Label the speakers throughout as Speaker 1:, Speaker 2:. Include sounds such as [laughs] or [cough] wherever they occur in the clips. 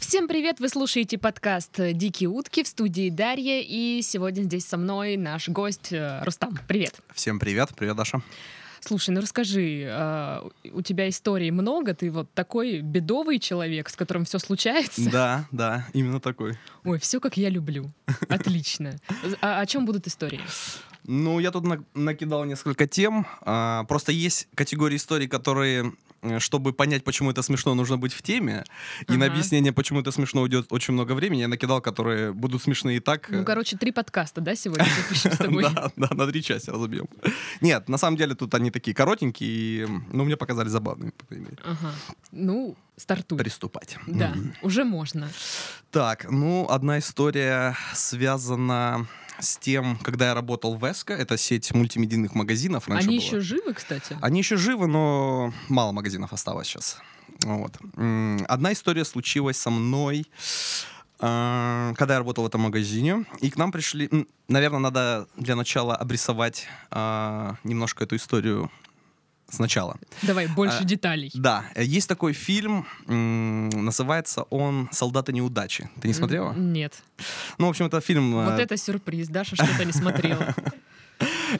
Speaker 1: Всем привет! Вы слушаете подкаст «Дикие утки» в студии Дарья, и сегодня здесь со мной наш гость э, Рустам. Привет!
Speaker 2: Всем привет, привет, Даша.
Speaker 1: Слушай, ну расскажи, э, у тебя историй много, ты вот такой бедовый человек, с которым все случается.
Speaker 2: Да, да, именно такой.
Speaker 1: Ой, все как я [laughs] люблю. Отлично. А о чем будут истории?
Speaker 2: Ну, я тут на- накидал несколько тем. А, просто есть категории историй, которые, э, чтобы понять, почему это смешно, нужно быть в теме. И на
Speaker 1: Ага.
Speaker 2: объяснение, почему это смешно, уйдет очень много времени. Я накидал, которые будут смешны и так. э,
Speaker 1: Ну, короче, три подкаста, да, сегодня
Speaker 2: [laughs]
Speaker 1: [laughs] запишем с тобой?
Speaker 2: Да, да, на три части разобьем. Нет, на самом деле тут они такие коротенькие, и, ну, мне показались забавными, по крайней мере.
Speaker 1: Ага. Ну, стартуй.
Speaker 2: Приступать.
Speaker 1: Да,
Speaker 2: Мгм.
Speaker 1: уже можно.
Speaker 2: Так, ну, одна история связана с тем, когда я работал в Эско, это сеть мультимедийных магазинов раньше
Speaker 1: Они
Speaker 2: была.
Speaker 1: еще живы, кстати?
Speaker 2: Они еще живы, но мало магазинов осталось сейчас. Вот. М, Одна история случилась со мной, э, когда я работал в этом магазине, и к нам пришли... Наверное, надо для начала обрисовать э, немножко эту историю сначала.
Speaker 1: Давай, больше
Speaker 2: А,
Speaker 1: деталей.
Speaker 2: Да, э, есть такой фильм, м, называется он «Солдаты неудачи». Ты не смотрела?
Speaker 1: М, Нет.
Speaker 2: Ну, в общем, это фильм...
Speaker 1: Вот
Speaker 2: э,
Speaker 1: это сюрприз.
Speaker 2: [laughs]
Speaker 1: Даша что-то не смотрела.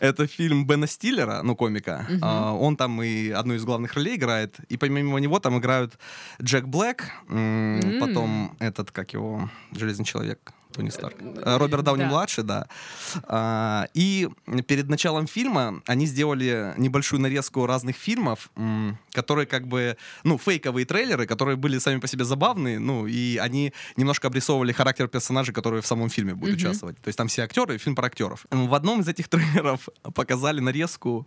Speaker 2: Это фильм Бена Стиллера, ну, комика.
Speaker 1: Мгм.
Speaker 2: А, он там и одну из главных ролей играет. И помимо него там играют Джек Блэк, м,
Speaker 1: М.
Speaker 2: потом этот, как его, Железный Человек, Тони Старк. А, Роберт
Speaker 1: Э, да.
Speaker 2: Дауни-младший, да. А, и перед началом фильма они сделали небольшую нарезку разных фильмов, м, которые как бы, ну, фейковые трейлеры, которые были сами по себе забавные, ну, и они немножко обрисовывали характер персонажей, которые в самом фильме будут
Speaker 1: Мгм.
Speaker 2: участвовать. То есть там все актеры, и фильм про актеров. М, В одном из этих [laughs] трейлеров показали нарезку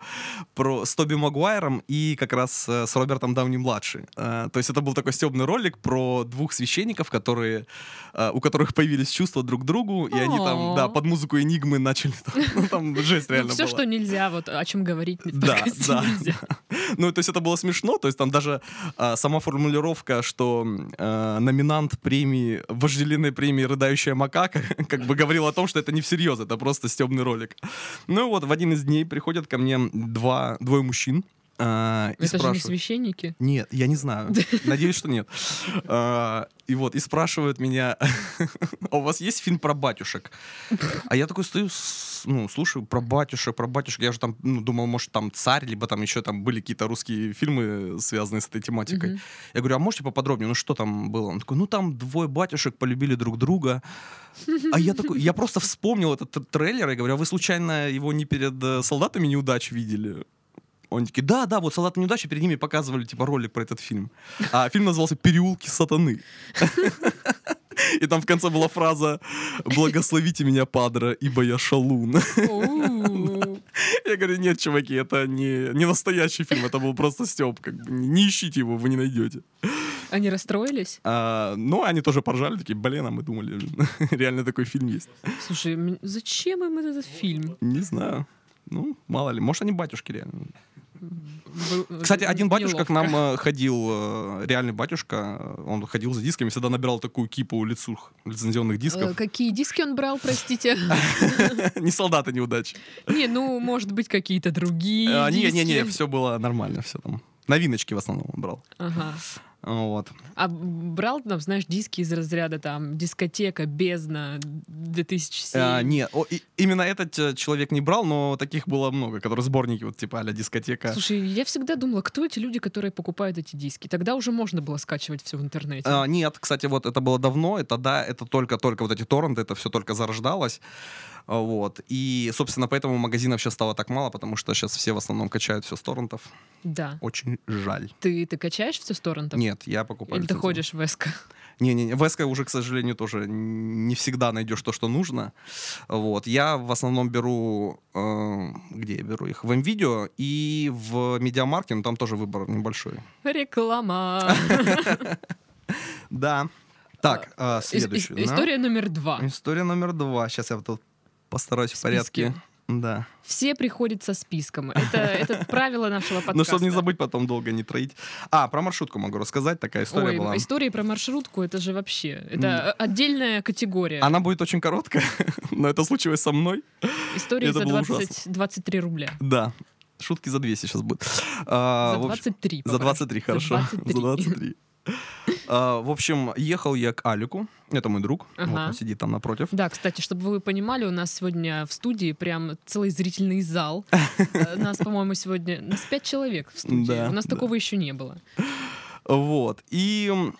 Speaker 2: про с Тоби Магуайром и как раз э, с Робертом Дауни младший. То есть это был такой стебный ролик про двух священников, которые, э, у которых появились чувства друг к другу, и они там, да,
Speaker 1: О.
Speaker 2: под музыку энигмы начали. там- [laughs] Ну, там жесть реально
Speaker 1: все,
Speaker 2: была.
Speaker 1: что нельзя, вот о чем говорить в
Speaker 2: Да,
Speaker 1: подкасте
Speaker 2: да,
Speaker 1: нельзя.
Speaker 2: [laughs] Ну, то есть это было смешно, то есть там даже а, сама формулировка, что м, э, номинант премии, вожделенной премии «Рыдающая макака», [laughs] как бы говорил о том, что это не всерьез, это просто стебный ролик. Ну и вот в один из дней приходят ко мне два, двое мужчин а,
Speaker 1: Это
Speaker 2: и
Speaker 1: же не
Speaker 2: спрашивают...
Speaker 1: священники.
Speaker 2: Нет, я не знаю. Надеюсь, что нет. А, И вот, и спрашивают меня, [laughs] «А у вас есть фильм про батюшек? А я такой стою, с- ну, слушаю про батюшек, про батюшек. Я же там ну, думал, может, там царь, либо там еще там были какие-то русские фильмы, связанные с этой тематикой.
Speaker 1: Мгм.
Speaker 2: Я говорю, а можете поподробнее, ну что там было? Он такой, ну там двое батюшек полюбили друг друга. А я такой, я просто вспомнил этот тр- трейлер и говорю, а вы случайно его не перед э, солдатами неудач видели? Они такие, да, да, вот солдаты неудачи, перед ними показывали типа ролик про этот фильм. А фильм назывался «Переулки сатаны». И там в конце была фраза «Благословите меня, падра, ибо я шалун». [laughs]
Speaker 1: Оу.
Speaker 2: Я говорю, нет, чуваки, это не, не настоящий фильм, это был просто стёб, как бы, не ищите его, вы не найдете.
Speaker 1: Они расстроились?
Speaker 2: А, ну, они тоже поржали, такие, блин, а мы думали, [laughs] реально такой фильм есть.
Speaker 1: Слушай, м, зачем им этот фильм?
Speaker 2: Не знаю. Ну, мало ли, может, они батюшки реально.
Speaker 1: Был- э,
Speaker 2: Кстати, один батюшка к
Speaker 1: неловко.
Speaker 2: нам э, ходил, э, реальный батюшка, э, он ходил за дисками, всегда набирал такую кипу лицух, лицензионных
Speaker 1: Э,
Speaker 2: дисков.
Speaker 1: Какие диски он брал,
Speaker 2: [laughs]
Speaker 1: простите?
Speaker 2: Не солдаты неудачи.
Speaker 1: Не, ну, может быть, какие-то другие
Speaker 2: А, Не,
Speaker 1: диски.
Speaker 2: не, не, все было нормально, все там. Новиночки в основном он брал.
Speaker 1: Ага.
Speaker 2: Вот.
Speaker 1: А брал там, знаешь, диски из разряда там дискотека, бездна, 2007.
Speaker 2: А, не, о, и- именно этот э, человек не брал, но таких было много, которые сборники, вот типа а-ля дискотека.
Speaker 1: Слушай, я всегда думала, кто эти люди, которые покупают эти диски? Тогда уже можно было скачивать все в интернете.
Speaker 2: А, нет, кстати, вот это было давно, это да, это только-только вот эти торренты, это все только зарождалось. А, Вот. И, собственно, поэтому магазинов сейчас стало так мало, потому что сейчас все в основном качают все с торрентов.
Speaker 1: Да.
Speaker 2: Очень жаль.
Speaker 1: Ты, ты качаешь все с торрентов?
Speaker 2: Нет, я покупаю.
Speaker 1: Или ты
Speaker 2: лицензионно.
Speaker 1: ходишь в СК?
Speaker 2: Не-не-не, в СК уже, к сожалению, тоже не всегда найдешь то, что нужно. Вот. Я в основном беру... э, где я беру их? В МВидео и в Медиамарке, но там тоже выбор небольшой.
Speaker 1: [laughs]
Speaker 2: [laughs]
Speaker 1: Реклама.
Speaker 2: Да. Так, э,
Speaker 1: А, Ис- ис-
Speaker 2: следующую. да?
Speaker 1: История номер два.
Speaker 2: История номер два. Сейчас я тут постараюсь
Speaker 1: В
Speaker 2: в порядке. Да.
Speaker 1: Все приходят со списком. Это,
Speaker 2: [laughs]
Speaker 1: это правило нашего подкаста.
Speaker 2: Ну, чтобы не забыть потом долго не троить. А, про маршрутку могу рассказать. Такая история
Speaker 1: Ой,
Speaker 2: была.
Speaker 1: истории про маршрутку, это же вообще, это э, отдельная категория.
Speaker 2: Она будет очень короткая, [laughs] но это случилось со мной.
Speaker 1: История
Speaker 2: это
Speaker 1: за
Speaker 2: было
Speaker 1: 20, 23 рубля.
Speaker 2: Да. Шутки за 200 сейчас будут. А,
Speaker 1: за
Speaker 2: в общем,
Speaker 1: 23.
Speaker 2: за
Speaker 1: попрошу.
Speaker 2: 23, хорошо.
Speaker 1: За 23.
Speaker 2: За 23. А, в общем, ехал я к Алику. Это мой друг.
Speaker 1: Ага.
Speaker 2: Вот он сидит там напротив.
Speaker 1: Да, кстати, чтобы вы понимали, у нас сегодня в студии прям целый зрительный
Speaker 2: [laughs]
Speaker 1: зал. Э, Нас, по-моему, сегодня... Нас пять человек в студии.
Speaker 2: Да,
Speaker 1: У нас
Speaker 2: да.
Speaker 1: такого еще не было.
Speaker 2: Вот. И м,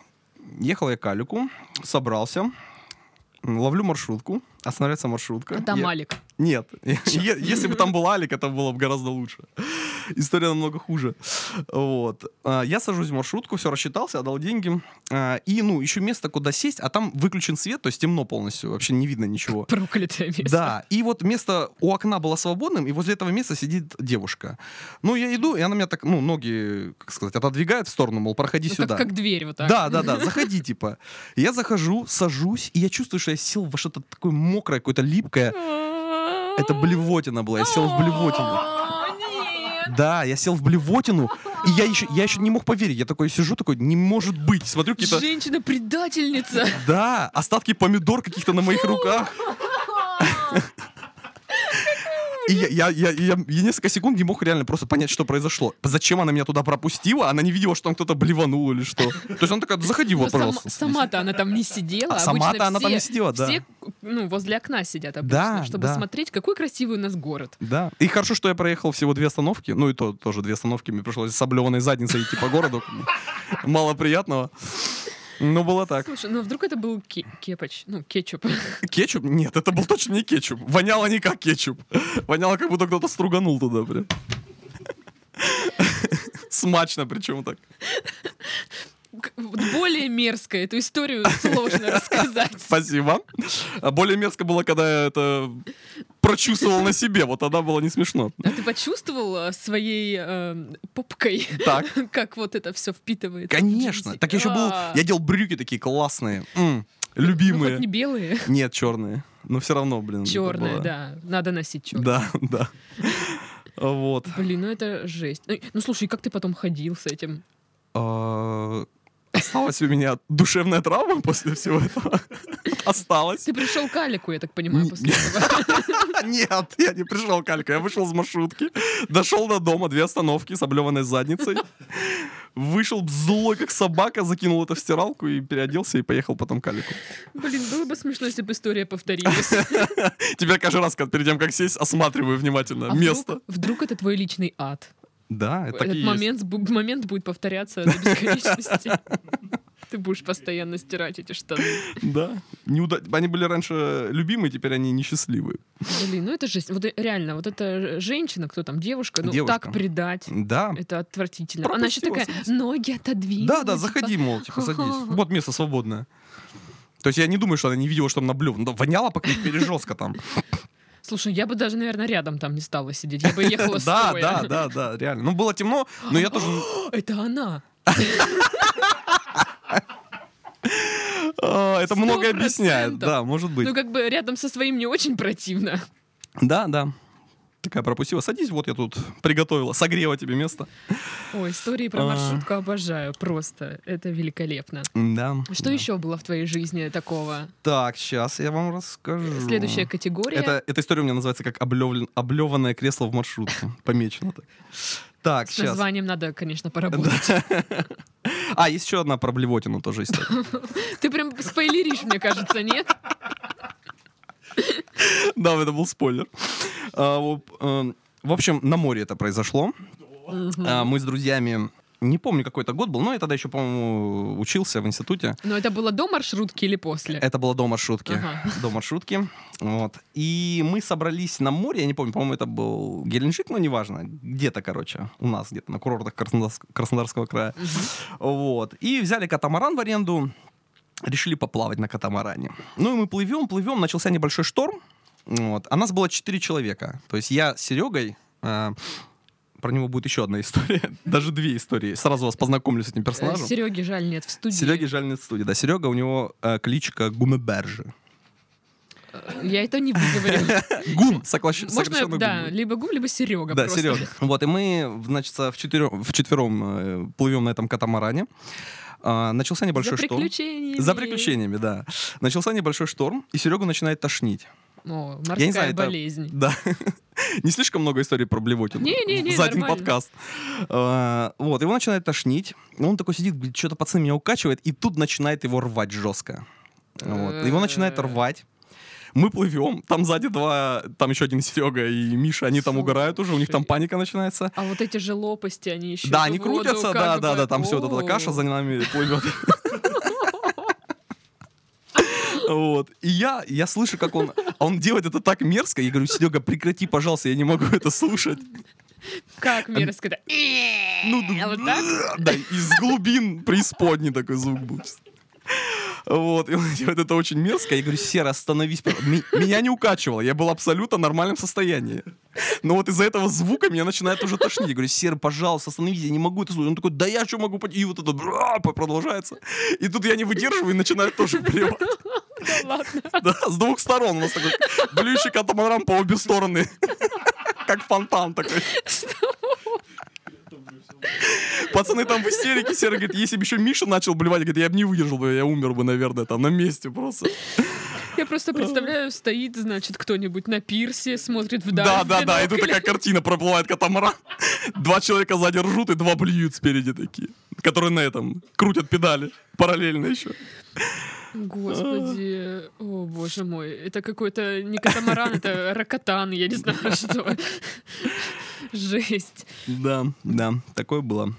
Speaker 2: ехал я к Алику, собрался, м, ловлю маршрутку, останавливается маршрутка.
Speaker 1: А там
Speaker 2: Я-
Speaker 1: Алик. [laughs]
Speaker 2: Нет. Е- Если бы там был Алик, это было бы гораздо лучше. История намного хуже. Вот. А, Я сажусь в маршрутку, все рассчитался, отдал деньги. А, И, ну, еще место, куда сесть, а там выключен свет, то есть темно полностью, вообще не видно ничего.
Speaker 1: Проклятое место.
Speaker 2: Да, и вот место у окна было свободным, и возле этого места сидит девушка. Ну, я иду, и она меня так, ну, ноги, как сказать, отодвигает в сторону, мол, проходи
Speaker 1: Ну,
Speaker 2: сюда.
Speaker 1: Как, как дверь вот так. [laughs]
Speaker 2: Да, да, да, заходи, типа. Я захожу, сажусь, и я чувствую, что я сел во что-то такое мокрое, какое-то липкое. Это блевотина была, я сел в блевотину.
Speaker 1: О, нет.
Speaker 2: Да, я сел в блевотину, и я еще, я еще не мог поверить. Я такой сижу, такой, не может быть. Смотрю, какие-то...
Speaker 1: Женщина-предательница.
Speaker 2: Да, остатки помидор каких-то на моих руках. И я, я, я, я- я несколько секунд не мог реально просто понять, что произошло. Зачем она меня туда пропустила? Она не видела, что там кто-то блеванул или что. То есть она такая, заходи,
Speaker 1: Ну,
Speaker 2: вот,
Speaker 1: сам-
Speaker 2: пожалуйста.
Speaker 1: Сама-то она там не сидела.
Speaker 2: А
Speaker 1: Обычно
Speaker 2: сама-то она там
Speaker 1: все-
Speaker 2: не сидела, да.
Speaker 1: Все ну, возле окна сидят обычно,
Speaker 2: Да,
Speaker 1: чтобы
Speaker 2: да.
Speaker 1: смотреть, какой красивый у нас город.
Speaker 2: Да. И хорошо, что я проехал всего две остановки. Ну и то тоже две остановки. Мне пришлось с облеванной задницей идти по городу. Мало приятного. Но было так.
Speaker 1: Слушай, ну а вдруг это был ке- кепач, ну, кетчуп.
Speaker 2: Кетчуп? Нет, это был точно не кетчуп. Воняло не как кетчуп. Воняло, как будто кто-то струганул туда, блин. Смачно причем так.
Speaker 1: К- вот Более мерзко. Эту историю сложно рассказать.
Speaker 2: Спасибо. А более мерзко было, когда я это прочувствовал на себе. Вот тогда было не смешно.
Speaker 1: А ты почувствовал э, своей э, попкой, [laughs]
Speaker 2: Так.
Speaker 1: как вот это все впитывает?
Speaker 2: Конечно. Так я еще был... Я делал брюки такие классные. М, Любимые.
Speaker 1: А. ну не белые.
Speaker 2: Нет, черные. Но все равно, блин. это
Speaker 1: Черные,
Speaker 2: было.
Speaker 1: да. Надо носить черные.
Speaker 2: Да, да. Вот.
Speaker 1: Блин, ну это жесть. Ой, Ну слушай, как ты потом ходил с этим?
Speaker 2: А, Осталась у меня душевная травма после всего этого. Осталась.
Speaker 1: Ты пришел к Алику, я так понимаю,
Speaker 2: Не- [laughs]
Speaker 1: после этого.
Speaker 2: Нет, я не пришел к Альке. Я вышел из маршрутки, дошел до дома, две остановки с облеванной задницей. Вышел злой, как собака, закинул это в стиралку и переоделся, и поехал потом к Алику.
Speaker 1: Блин, было бы смешно, если бы история повторилась.
Speaker 2: Тебя каждый раз, как- перед тем, как сесть, осматриваю внимательно
Speaker 1: А
Speaker 2: место.
Speaker 1: Вдруг, вдруг это твой личный ад.
Speaker 2: Да, это так и
Speaker 1: Этот
Speaker 2: есть.
Speaker 1: момент, бу- момент будет повторяться до бесконечности. [laughs] Ты будешь постоянно стирать эти штаны.
Speaker 2: Да. Неуда- Они были раньше любимые, теперь они несчастливые.
Speaker 1: Блин, ну это жесть. Вот э, реально, вот эта женщина, кто там, девушка, ну
Speaker 2: Девушка.
Speaker 1: так предать.
Speaker 2: Да.
Speaker 1: Это отвратительно. Она еще
Speaker 2: Пропустила,
Speaker 1: такая, ноги отодвинула.
Speaker 2: Да, да,
Speaker 1: типа,
Speaker 2: заходи, мол, типа, садись.
Speaker 1: Ха-ха.
Speaker 2: Вот место свободное. То есть я не думаю, что она не видела, что там наблюв. Да, воняло пока пережестко там.
Speaker 1: Слушай, я бы даже, наверное, рядом там не стала сидеть. [laughs] Я бы
Speaker 2: [laughs]
Speaker 1: ехала
Speaker 2: Да,
Speaker 1: стоя. [laughs]
Speaker 2: да, да, да, реально. Ну, было темно, но я тоже...
Speaker 1: Это она.
Speaker 2: А,
Speaker 1: Сто
Speaker 2: Это многое объясняет.
Speaker 1: процентов.
Speaker 2: Да, может быть.
Speaker 1: Ну, как бы рядом со своим не очень противно.
Speaker 2: Да, да. Такая пропустила. Садись, вот я тут приготовила, согрела тебе место.
Speaker 1: Ой, истории про
Speaker 2: А.
Speaker 1: маршрутку обожаю. Просто это великолепно.
Speaker 2: Да.
Speaker 1: Что еще было в твоей жизни такого?
Speaker 2: Так, сейчас я вам расскажу.
Speaker 1: Следующая категория.
Speaker 2: Это, эта история у меня называется как облевлен, облеванное кресло в маршрутке. Помечено так. Так,
Speaker 1: С
Speaker 2: сейчас.
Speaker 1: названием надо, конечно, поработать.
Speaker 2: А, есть еще одна про блевотину тоже история. [laughs]
Speaker 1: Ты прям спойлеришь, мне кажется, нет?
Speaker 2: Да, это был спойлер. А, В э, в общем, на море это произошло.
Speaker 1: Мгм.
Speaker 2: А, Мы с друзьями, не помню, какой это год был, но я тогда еще, по-моему, учился в институте.
Speaker 1: Но это было до маршрутки или после?
Speaker 2: Это было до маршрутки.
Speaker 1: Ага.
Speaker 2: До маршрутки. Вот. И мы собрались на море, я не помню, по-моему, это был Геленджик, но неважно. Где-то, короче, у нас где-то на курортах Краснодарск- Краснодарского края. Вот. И взяли катамаран в аренду, решили поплавать на катамаране. Ну и мы плывем, плывем, начался небольшой шторм. Вот. А нас было 4 человека. То есть я с Серегой, э, про него будет еще одна история, [laughs] даже две истории. Сразу вас познакомлю с этим персонажем.
Speaker 1: Сереги Э, жаль нет в студии.
Speaker 2: Сереге жаль нет студии. Да, Серега, у него э, кличка Гумебержи.
Speaker 1: Э, Я это не
Speaker 2: [laughs]
Speaker 1: выговорила.
Speaker 2: Гум, сокращ- сокращенно
Speaker 1: Можно,
Speaker 2: Гум.
Speaker 1: да, либо Гум, либо Серега.
Speaker 2: Да,
Speaker 1: просто.
Speaker 2: Серега. Вот, и мы, значит, вчетвером, вчетвером э, плывем на этом катамаране. А, начался
Speaker 1: За
Speaker 2: небольшой шторм.
Speaker 1: приключениями.
Speaker 2: За приключениями, да. Начался небольшой шторм, и Серегу начинает тошнить.
Speaker 1: О, морская
Speaker 2: знаю, это-
Speaker 1: болезнь.
Speaker 2: Да. [laughs] Не слишком много историй про блевотину
Speaker 1: Не-не-не,
Speaker 2: [laughs] за один
Speaker 1: нормально.
Speaker 2: подкаст. А, Вот, его начинает тошнить. Он такой сидит, говорит, что-то пацан меня укачивает, и тут начинает его рвать жестко. Вот. Его начинает
Speaker 1: Э.
Speaker 2: рвать. Мы плывем, там сзади два, там еще один Серега и Миша, они там угорают уже, у них там
Speaker 1: Слушай.
Speaker 2: паника начинается.
Speaker 1: А вот эти же лопасти, они еще.
Speaker 2: Да, они крутятся, да, да, да, там все вот эта каша за нами плывет. [laughs] Вот. И я, я слышу, как он, а он делает это так мерзко. Я говорю, Серега, прекрати, пожалуйста, я не могу это слушать.
Speaker 1: Как мерзко. да.
Speaker 2: [laughs] Ну,
Speaker 1: А вот
Speaker 2: [laughs]
Speaker 1: так?
Speaker 2: Да, из глубин преисподней такой звук был. Вот, и он делает это очень мерзко. Я говорю, Сера, остановись. пожалуйста». Ми- Меня не укачивало, я был абсолютно в нормальном состоянии. Но вот из-за этого звука меня начинает уже тошнить. Я говорю, Сера, пожалуйста, остановись, я не могу это слушать. Он такой, да я что могу... пон-» И вот это бра, продолжается. И тут я не выдерживаю и начинаю тоже плевать.
Speaker 1: Да ладно. [laughs]
Speaker 2: Да, с двух сторон у нас такой блющий катамаран по обе стороны. Как фонтан такой. Пацаны там в истерике, Серый говорит, если бы еще Миша начал блевать, говорит, я бы не выдержал бы, я умер бы, наверное, там на месте просто.
Speaker 1: Я просто представляю, стоит, значит, кто-нибудь на пирсе, смотрит вдаль.
Speaker 2: Да,
Speaker 1: в
Speaker 2: да, да, и тут
Speaker 1: бинокль.
Speaker 2: такая картина, проплывает катамаран, два человека сзади ржут и два блюют спереди такие, которые на этом крутят педали параллельно еще.
Speaker 1: Господи, о боже мой, это какой-то не катамаран, это ракотан, я не
Speaker 2: [laughs]
Speaker 1: знаю что. Жесть.
Speaker 2: Да, да, такое было.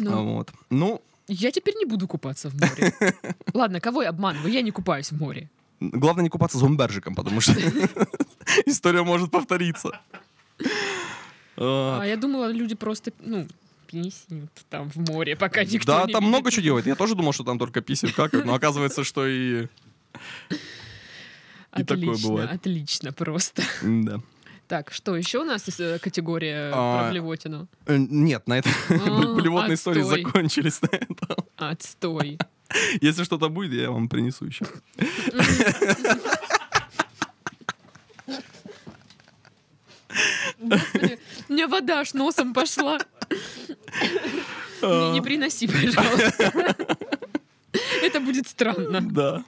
Speaker 1: Ну,
Speaker 2: Вот. Ну,
Speaker 1: я теперь не буду купаться в море.
Speaker 2: [laughs]
Speaker 1: Ладно, кого я обманываю? Я не купаюсь в море.
Speaker 2: Главное не купаться зомбержиком, потому что [laughs] история может повториться.
Speaker 1: А
Speaker 2: Э,
Speaker 1: я думала, люди просто, ну, пенисинят там в море, пока никто
Speaker 2: А, Да,
Speaker 1: не
Speaker 2: там
Speaker 1: видит.
Speaker 2: много чего делает. Я тоже думал, что там только писем какают, но оказывается, что и... и такое
Speaker 1: Отлично,
Speaker 2: бывает.
Speaker 1: отлично просто.
Speaker 2: Да.
Speaker 1: Так, что еще у нас из э, категория
Speaker 2: А,
Speaker 1: про блевотину?
Speaker 2: Э, Нет, [laughs] на этом
Speaker 1: А,
Speaker 2: блевотные истории
Speaker 1: отстой.
Speaker 2: закончились. на этом.
Speaker 1: Отстой.
Speaker 2: [laughs] Если что-то будет, я вам принесу еще.
Speaker 1: Господи, У меня вода аж носом пошла.
Speaker 2: А.
Speaker 1: Не, не приноси, пожалуйста. [laughs] Это будет странно.
Speaker 2: Да.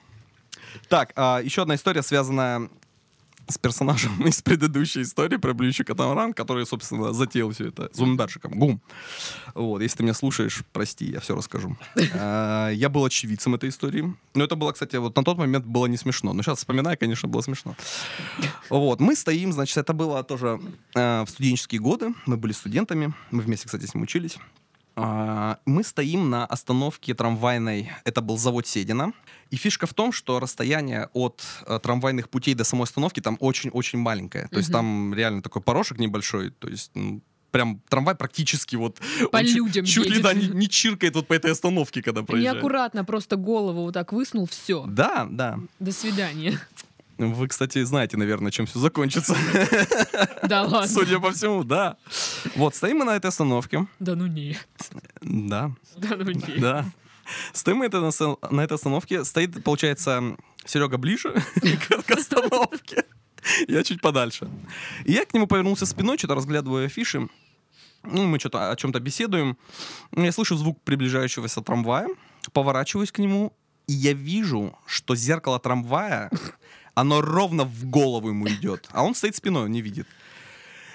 Speaker 2: Так, еще одна история, связанная с персонажем [laughs] из предыдущей истории про блюющий катамаран, который, собственно, затеял все это зумбарщиком. Гум. Вот, если ты меня слушаешь, прости, я
Speaker 1: [laughs]
Speaker 2: все расскажу. А, Я был очевидцем этой истории. Но это было, кстати, вот на тот момент было не смешно. Но сейчас, вспоминая, конечно, было смешно. Вот, мы стоим, значит, это было тоже э, в студенческие годы. Мы были студентами. Мы вместе, кстати, с ним учились. А, Мы стоим на остановке трамвайной. Это был завод Седина. И фишка в том, что расстояние от э, трамвайных путей до самой остановки там очень-очень маленькое. То есть
Speaker 1: Мгм.
Speaker 2: там реально такой порошек небольшой. То есть ну, прям трамвай практически вот...
Speaker 1: По
Speaker 2: он чу-
Speaker 1: людям
Speaker 2: Чуть ли
Speaker 1: едет.
Speaker 2: да, не, не чиркает вот по этой остановке, когда
Speaker 1: Я
Speaker 2: проезжает.
Speaker 1: аккуратно просто голову вот так высунул, все.
Speaker 2: Да, да.
Speaker 1: До свидания.
Speaker 2: Вы, кстати, знаете, наверное, чем все закончится. [laughs]
Speaker 1: Да ладно.
Speaker 2: Судя по всему, да. Вот, стоим мы на этой остановке.
Speaker 1: Да ну не.
Speaker 2: Да.
Speaker 1: Да ну не.
Speaker 2: Да. Стоим мы это на, сан- на этой остановке. Стоит, получается, Серега ближе [laughs] к к остановке. Я чуть подальше. И я к нему повернулся спиной, что-то разглядываю афиши. Ну, мы что-то о чем-то беседуем. Я слышу звук приближающегося трамвая, поворачиваюсь к нему, и я вижу, что зеркало трамвая, [laughs] оно ровно в голову ему идет. А он стоит спиной, он не видит.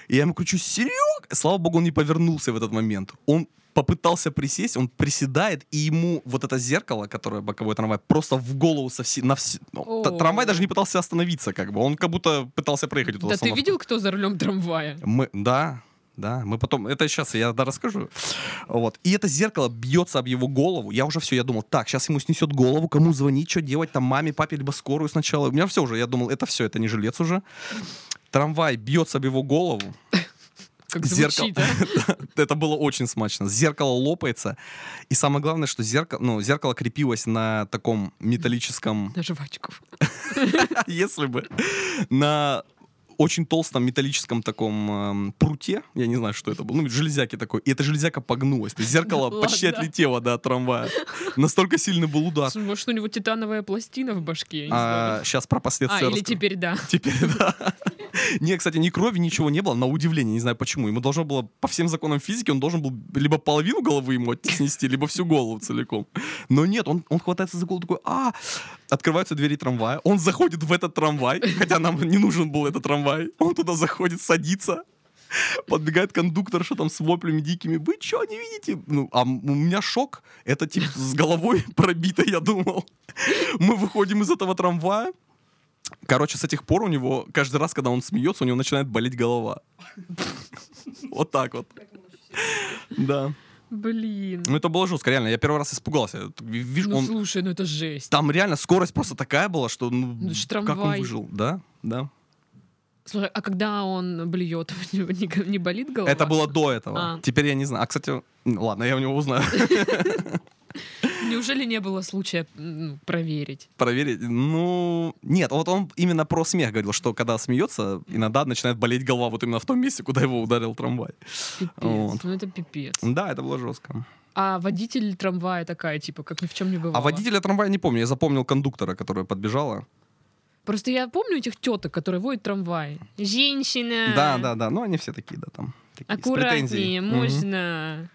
Speaker 2: И я ему кричу, Серег! Слава богу, он не повернулся в этот момент. Он попытался присесть, он приседает, и ему вот это зеркало, которое боковой трамвай, просто в голову со всей... На все... ну, т-
Speaker 1: О.
Speaker 2: Трамвай даже не пытался остановиться, как бы. Он как будто пытался проехать эту
Speaker 1: Да ты
Speaker 2: остановку.
Speaker 1: видел, кто за рулем трамвая?
Speaker 2: Мы, да, да, мы потом, это сейчас я да, расскажу. Вот. И это зеркало бьется об его голову. Я уже все, я думал, так, сейчас ему снесет голову, кому звонить, что делать, там маме, папе, либо скорую сначала. У меня все уже, я думал, это все, это не жилец уже. Трамвай бьется об его голову.
Speaker 1: Как
Speaker 2: Зеркало.
Speaker 1: звучит, а?
Speaker 2: [laughs] Это было очень смачно. Зеркало лопается. И самое главное, что зеркало, ну, зеркало крепилось на таком металлическом
Speaker 1: На жвачку.
Speaker 2: [laughs] если бы на очень толстом металлическом таком эм, пруте, я не знаю, что это было, ну, железяки такой, и эта железяка погнулась, то есть зеркало
Speaker 1: [laughs] Ладно.
Speaker 2: почти отлетело, да, от трамвая. Настолько сильный был удар.
Speaker 1: Слушай, Может,
Speaker 2: А,
Speaker 1: у него титановая пластина в башке? я не знаю.
Speaker 2: сейчас про последствия
Speaker 1: А, или
Speaker 2: расскажу.
Speaker 1: теперь да.
Speaker 2: Теперь, [laughs] да. Не, кстати, ни крови, ничего не было, на удивление, не знаю почему. Ему должно было, по всем законам физики, он должен был либо половину головы ему отнести, либо всю голову целиком. Но нет, он, он хватается за голову, такой, а, открываются двери трамвая, он заходит в этот трамвай, хотя нам не нужен был этот трамвай, он туда заходит, садится, Подбегает кондуктор, что там с воплями дикими. Вы что, не видите? Ну, а м- у меня шок. Это типа с головой [laughs] пробито, я думал. Мы выходим из этого трамвая. Короче, с этих пор у него каждый раз, когда он смеется, у него начинает болеть голова. Вот так вот. Да.
Speaker 1: Блин.
Speaker 2: Ну это было жестко, реально. Я первый раз испугался. Я т- ви- Вижу,
Speaker 1: Ну
Speaker 2: он...
Speaker 1: слушай, ну это жесть.
Speaker 2: Там реально скорость просто такая была, что ну,
Speaker 1: Ну, это ж
Speaker 2: как он
Speaker 1: трамвай.
Speaker 2: выжил, да, да.
Speaker 1: Слушай, а когда он блюет, [laughs] у него не, г- не болит голова?
Speaker 2: Это было до этого.
Speaker 1: А.
Speaker 2: Теперь я не знаю. А кстати, ну, ладно, я у него узнаю. [laughs]
Speaker 1: Неужели не было случая м, проверить?
Speaker 2: проверить. Ну, нет, вот он именно про смех говорил, что когда смеется, иногда начинает болеть голова вот именно в том месте, куда его ударил трамвай.
Speaker 1: Пипец.
Speaker 2: Вот.
Speaker 1: Ну это пипец.
Speaker 2: Да, это было жестко.
Speaker 1: А водитель трамвая такая, типа, как ни в чем не бывало.
Speaker 2: А водителя трамвая не помню, я запомнил кондуктора, которая подбежала.
Speaker 1: Просто я помню этих теток, которые водят трамвай. Женщина!
Speaker 2: Да, да, да, ну они все такие, да, там. такие, с претензией.
Speaker 1: Аккуратнее,
Speaker 2: Мгм.
Speaker 1: можно.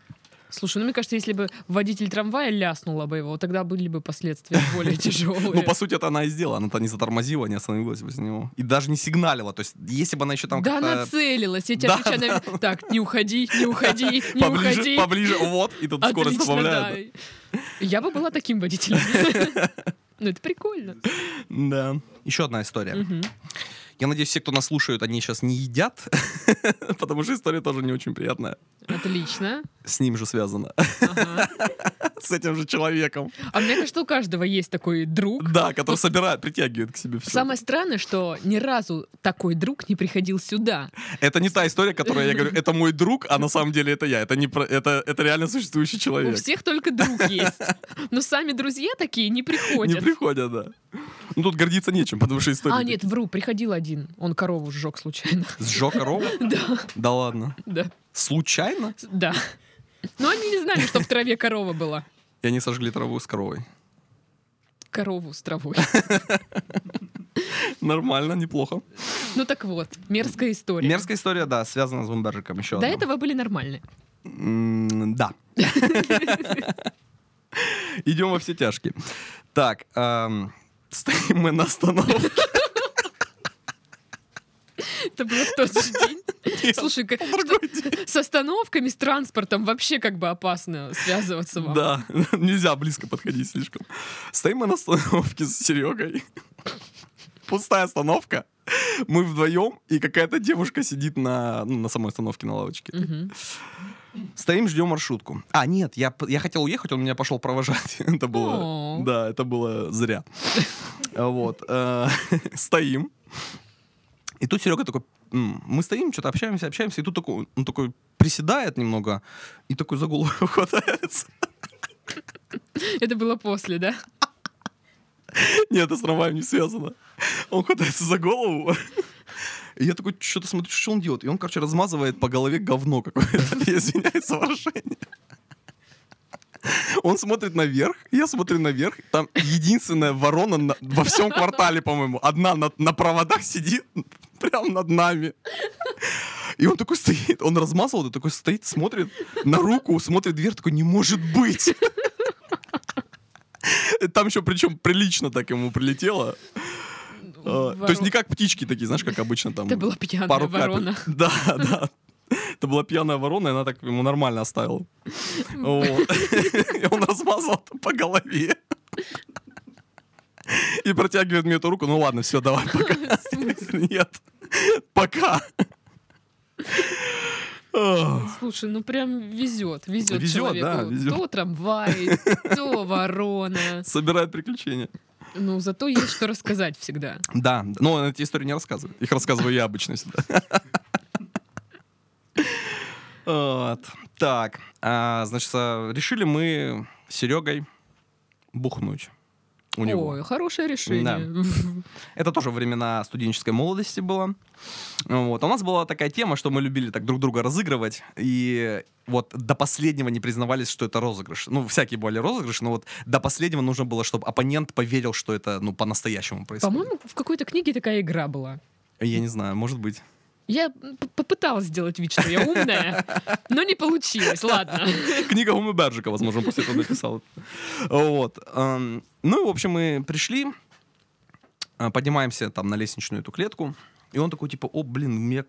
Speaker 1: Слушай, ну мне кажется, если бы водитель трамвая ляснула бы его, тогда были бы последствия
Speaker 2: [laughs]
Speaker 1: более тяжелые.
Speaker 2: Ну, по сути, это она и сделала. Она-то не затормозила, не остановилась возле него. И даже не сигналила. То есть, если бы она еще там
Speaker 1: да,
Speaker 2: как-то
Speaker 1: нацелилась.
Speaker 2: [laughs]
Speaker 1: Я тебе
Speaker 2: Да,
Speaker 1: отвечаю на ви- Так, не уходи, не уходи, не
Speaker 2: [laughs] поближе,
Speaker 1: уходи.
Speaker 2: поближе, вот, и тут скорость
Speaker 1: Отлично,
Speaker 2: добавляет.
Speaker 1: да. Я бы была таким
Speaker 2: [laughs]
Speaker 1: водителем. Ну, это прикольно.
Speaker 2: Да. Еще одна история.
Speaker 1: Мгм.
Speaker 2: Я надеюсь, все, кто нас слушают, они сейчас не едят, [laughs] потому что история тоже не очень приятная.
Speaker 1: Отлично.
Speaker 2: С ним же связана,
Speaker 1: Ага.
Speaker 2: [laughs] с этим же человеком.
Speaker 1: А мне кажется, у каждого есть такой друг.
Speaker 2: Да, который собирает, притягивает к себе все.
Speaker 1: Ну, Самое странное, что ни разу такой друг не приходил сюда.
Speaker 2: Это не та история, которую я говорю, это мой друг, а на самом деле это я. Это, не про- это, это реально существующий
Speaker 1: У
Speaker 2: человек.
Speaker 1: всех только друг
Speaker 2: [laughs]
Speaker 1: есть. Но сами друзья такие не
Speaker 2: Не
Speaker 1: приходят.
Speaker 2: приходят, да. Ну тут гордиться нечем, потому что история...
Speaker 1: А, нет, вру, приходил один. Он корову сжег случайно.
Speaker 2: Сжег корову?
Speaker 1: [laughs] Да,
Speaker 2: [laughs] Да ладно.
Speaker 1: да,
Speaker 2: Случайно?
Speaker 1: с- да. Но они не знали, что в траве корова была.
Speaker 2: И они сожгли траву с коровой.
Speaker 1: Корову с
Speaker 2: [laughs]
Speaker 1: травой.
Speaker 2: Нормально, неплохо.
Speaker 1: Ну так вот, мерзкая история.
Speaker 2: Мерзкая история, да, связана с бомбаржиком еще
Speaker 1: До этого были нормальные.
Speaker 2: М,
Speaker 1: [laughs]
Speaker 2: Да. Идем во все тяжкие. Так, эм, [laughs] стоим мы на остановке.
Speaker 1: Это было в тот же
Speaker 2: [laughs]
Speaker 1: день. Слушай, как-
Speaker 2: Другой день.
Speaker 1: с остановками, с транспортом вообще как бы опасно связываться вам.
Speaker 2: Да, [laughs] нельзя близко подходить слишком. Стоим мы на остановке с Серегой. [laughs] Пустая остановка. Мы вдвоем, и какая-то девушка сидит на, ну, на самой остановке на лавочке.
Speaker 1: Мгм.
Speaker 2: Стоим, ждем маршрутку. А, нет, я, п- я хотел уехать, он меня пошел провожать. [laughs] Это было...
Speaker 1: О.
Speaker 2: Да, это было зря. Вот. э, [laughs] Стоим. И тут Серега такой... м, Мы стоим, что-то общаемся, общаемся, и тут такой, он такой приседает немного и такой за голову [laughs] хватается.
Speaker 1: Это было после, да?
Speaker 2: Нет, это с трамваем не связано. Он хватается за голову. И я такой что-то смотрю, что он делает. И он, короче, размазывает по голове говно какое-то. [laughs] Я извиняюсь за выражение. Он смотрит наверх, я смотрю наверх. Там единственная ворона на- во всем квартале, по-моему. Одна на, на проводах сидит [laughs] прямо над нами. И он такой стоит, он размазал, это такой стоит, смотрит на руку, смотрит в дверь, такой, не может быть. [laughs] Там еще причем прилично так ему прилетело. Э, То есть
Speaker 1: Ворон-
Speaker 2: не как птички такие, знаешь, как обычно там.
Speaker 1: Это была пьяная
Speaker 2: пару капель.
Speaker 1: ворона.
Speaker 2: [laughs] Да, да. Это была пьяная ворона, и она так ему нормально оставила. Вот. И он размазал это по голове. И протягивает мне эту руку. Ну ладно, все, давай, [laughs] пока. Нет, пока. Ох,
Speaker 1: [laughs] Слушай, ну прям везет, везет,
Speaker 2: Везет,
Speaker 1: человеку.
Speaker 2: да, везет.
Speaker 1: То трамвай,
Speaker 2: [laughs]
Speaker 1: то ворона.
Speaker 2: Собирает приключения.
Speaker 1: Ну, зато есть что рассказать всегда.
Speaker 2: Да, да. но он эти истории не рассказывает. Их рассказываю я обычно всегда. Вот. Так, а, значит, а, решили мы с Серегой бухнуть у него.
Speaker 1: Ой, хорошее решение.
Speaker 2: Это тоже времена студенческой молодости было. Вот. А У нас была такая тема, что мы любили так друг друга разыгрывать, и вот до последнего не признавались, что это розыгрыш. Ну, всякие были розыгрыши, но вот до последнего
Speaker 1: [laughs]
Speaker 2: нужно было, чтобы оппонент поверил, что это, ну, по-настоящему происходит.
Speaker 1: По-моему, в какой-то книге такая игра была.
Speaker 2: Я не знаю, может быть.
Speaker 1: Я п- попыталась сделать вид, что я
Speaker 2: [laughs]
Speaker 1: умная, но не получилось, ладно.
Speaker 2: Книга Умы Берджика, возможно, он после этого написал. Вот. эм, Ну и, в общем, мы пришли, э, поднимаемся там на лестничную эту клетку, и он такой, типа, о, блин, у меня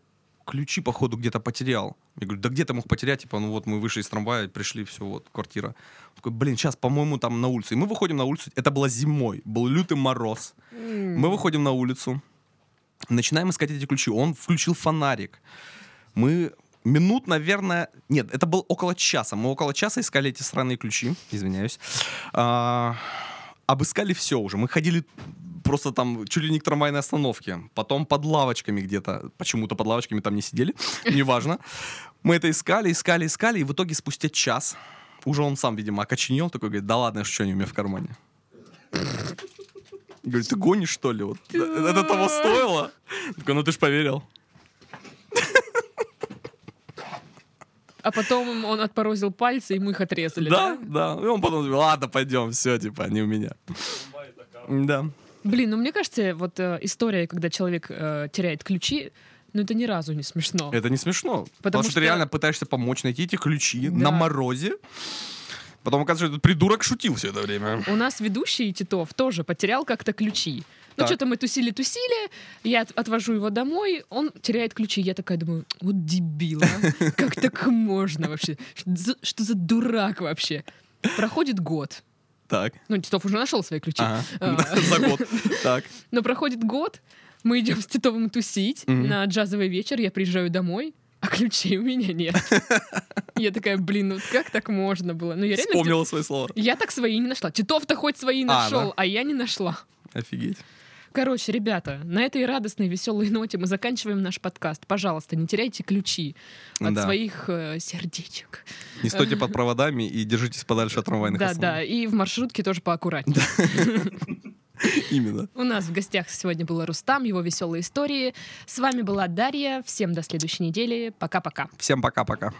Speaker 2: ключи, походу, где-то потерял. Я говорю, да где ты мог потерять? Типа, ну вот, мы вышли из трамвая, пришли, все, вот, квартира. Он такой, блин, сейчас, по-моему, там на улице. И мы выходим на улицу, это было зимой, был лютый мороз. Мы выходим на улицу, начинаем искать эти ключи. Он включил фонарик. Мы минут, наверное... Нет, это было около часа. Мы около часа искали эти сраные ключи. Извиняюсь. А, обыскали все уже. Мы ходили просто там чуть ли не к трамвайной остановке. Потом под лавочками где-то. Почему-то под лавочками там не сидели. [laughs] Неважно. Мы это искали, искали, искали. И в итоге спустя час уже он сам, видимо, окоченел. Такой говорит, да ладно, что они у меня в кармане. Говорит, ты гонишь, что ли? Вот. Это того стоило? Такой, ну ты ж поверил.
Speaker 1: А потом он отморозил пальцы, и мы их отрезали,
Speaker 2: да,
Speaker 1: да?
Speaker 2: да, И он потом, говорит, ладно, пойдем, все, типа, они у меня. Да.
Speaker 1: Блин, ну мне кажется, вот э, история, когда человек э, теряет ключи, ну это ни разу не смешно.
Speaker 2: Это не смешно. Потому, что,
Speaker 1: что-
Speaker 2: ты реально пытаешься помочь найти эти ключи
Speaker 1: Да.
Speaker 2: на морозе. Потом оказывается, что этот придурок шутил все это время.
Speaker 1: У нас ведущий Титов тоже потерял как-то ключи. Ну
Speaker 2: Так.
Speaker 1: что-то мы тусили-тусили, я от- отвожу его домой, он теряет ключи. Я такая думаю, вот дебил,
Speaker 2: [laughs]
Speaker 1: а? как так можно вообще? Что за, что за дурак вообще? Проходит год.
Speaker 2: Так.
Speaker 1: Ну, Титов уже нашел свои ключи.
Speaker 2: [laughs] Ага.
Speaker 1: А.
Speaker 2: За год. Так.
Speaker 1: Но проходит год, мы идем с Титовым тусить
Speaker 2: Мгм.
Speaker 1: на джазовый вечер, я приезжаю домой, а ключей у меня
Speaker 2: [laughs]
Speaker 1: нет. Я такая, блин, ну вот как так можно было? Ну я [laughs] реально...
Speaker 2: Вспомнила свои слова.
Speaker 1: Я так свои не нашла. Титов-то хоть свои нашел,
Speaker 2: да.
Speaker 1: а я не нашла.
Speaker 2: Офигеть.
Speaker 1: Короче, ребята, на этой радостной, веселой ноте мы заканчиваем наш подкаст. Пожалуйста, не теряйте ключи от
Speaker 2: Да.
Speaker 1: своих э, сердечек.
Speaker 2: Не
Speaker 1: [laughs]
Speaker 2: стойте под проводами и держитесь подальше от трамвайных
Speaker 1: Да,
Speaker 2: остановок.
Speaker 1: да, и в маршрутке тоже поаккуратнее.
Speaker 2: Именно.
Speaker 1: У нас в гостях сегодня был Рустам, его веселые истории. С вами была Дарья. Всем до следующей недели. Пока-пока.
Speaker 2: Всем пока-пока.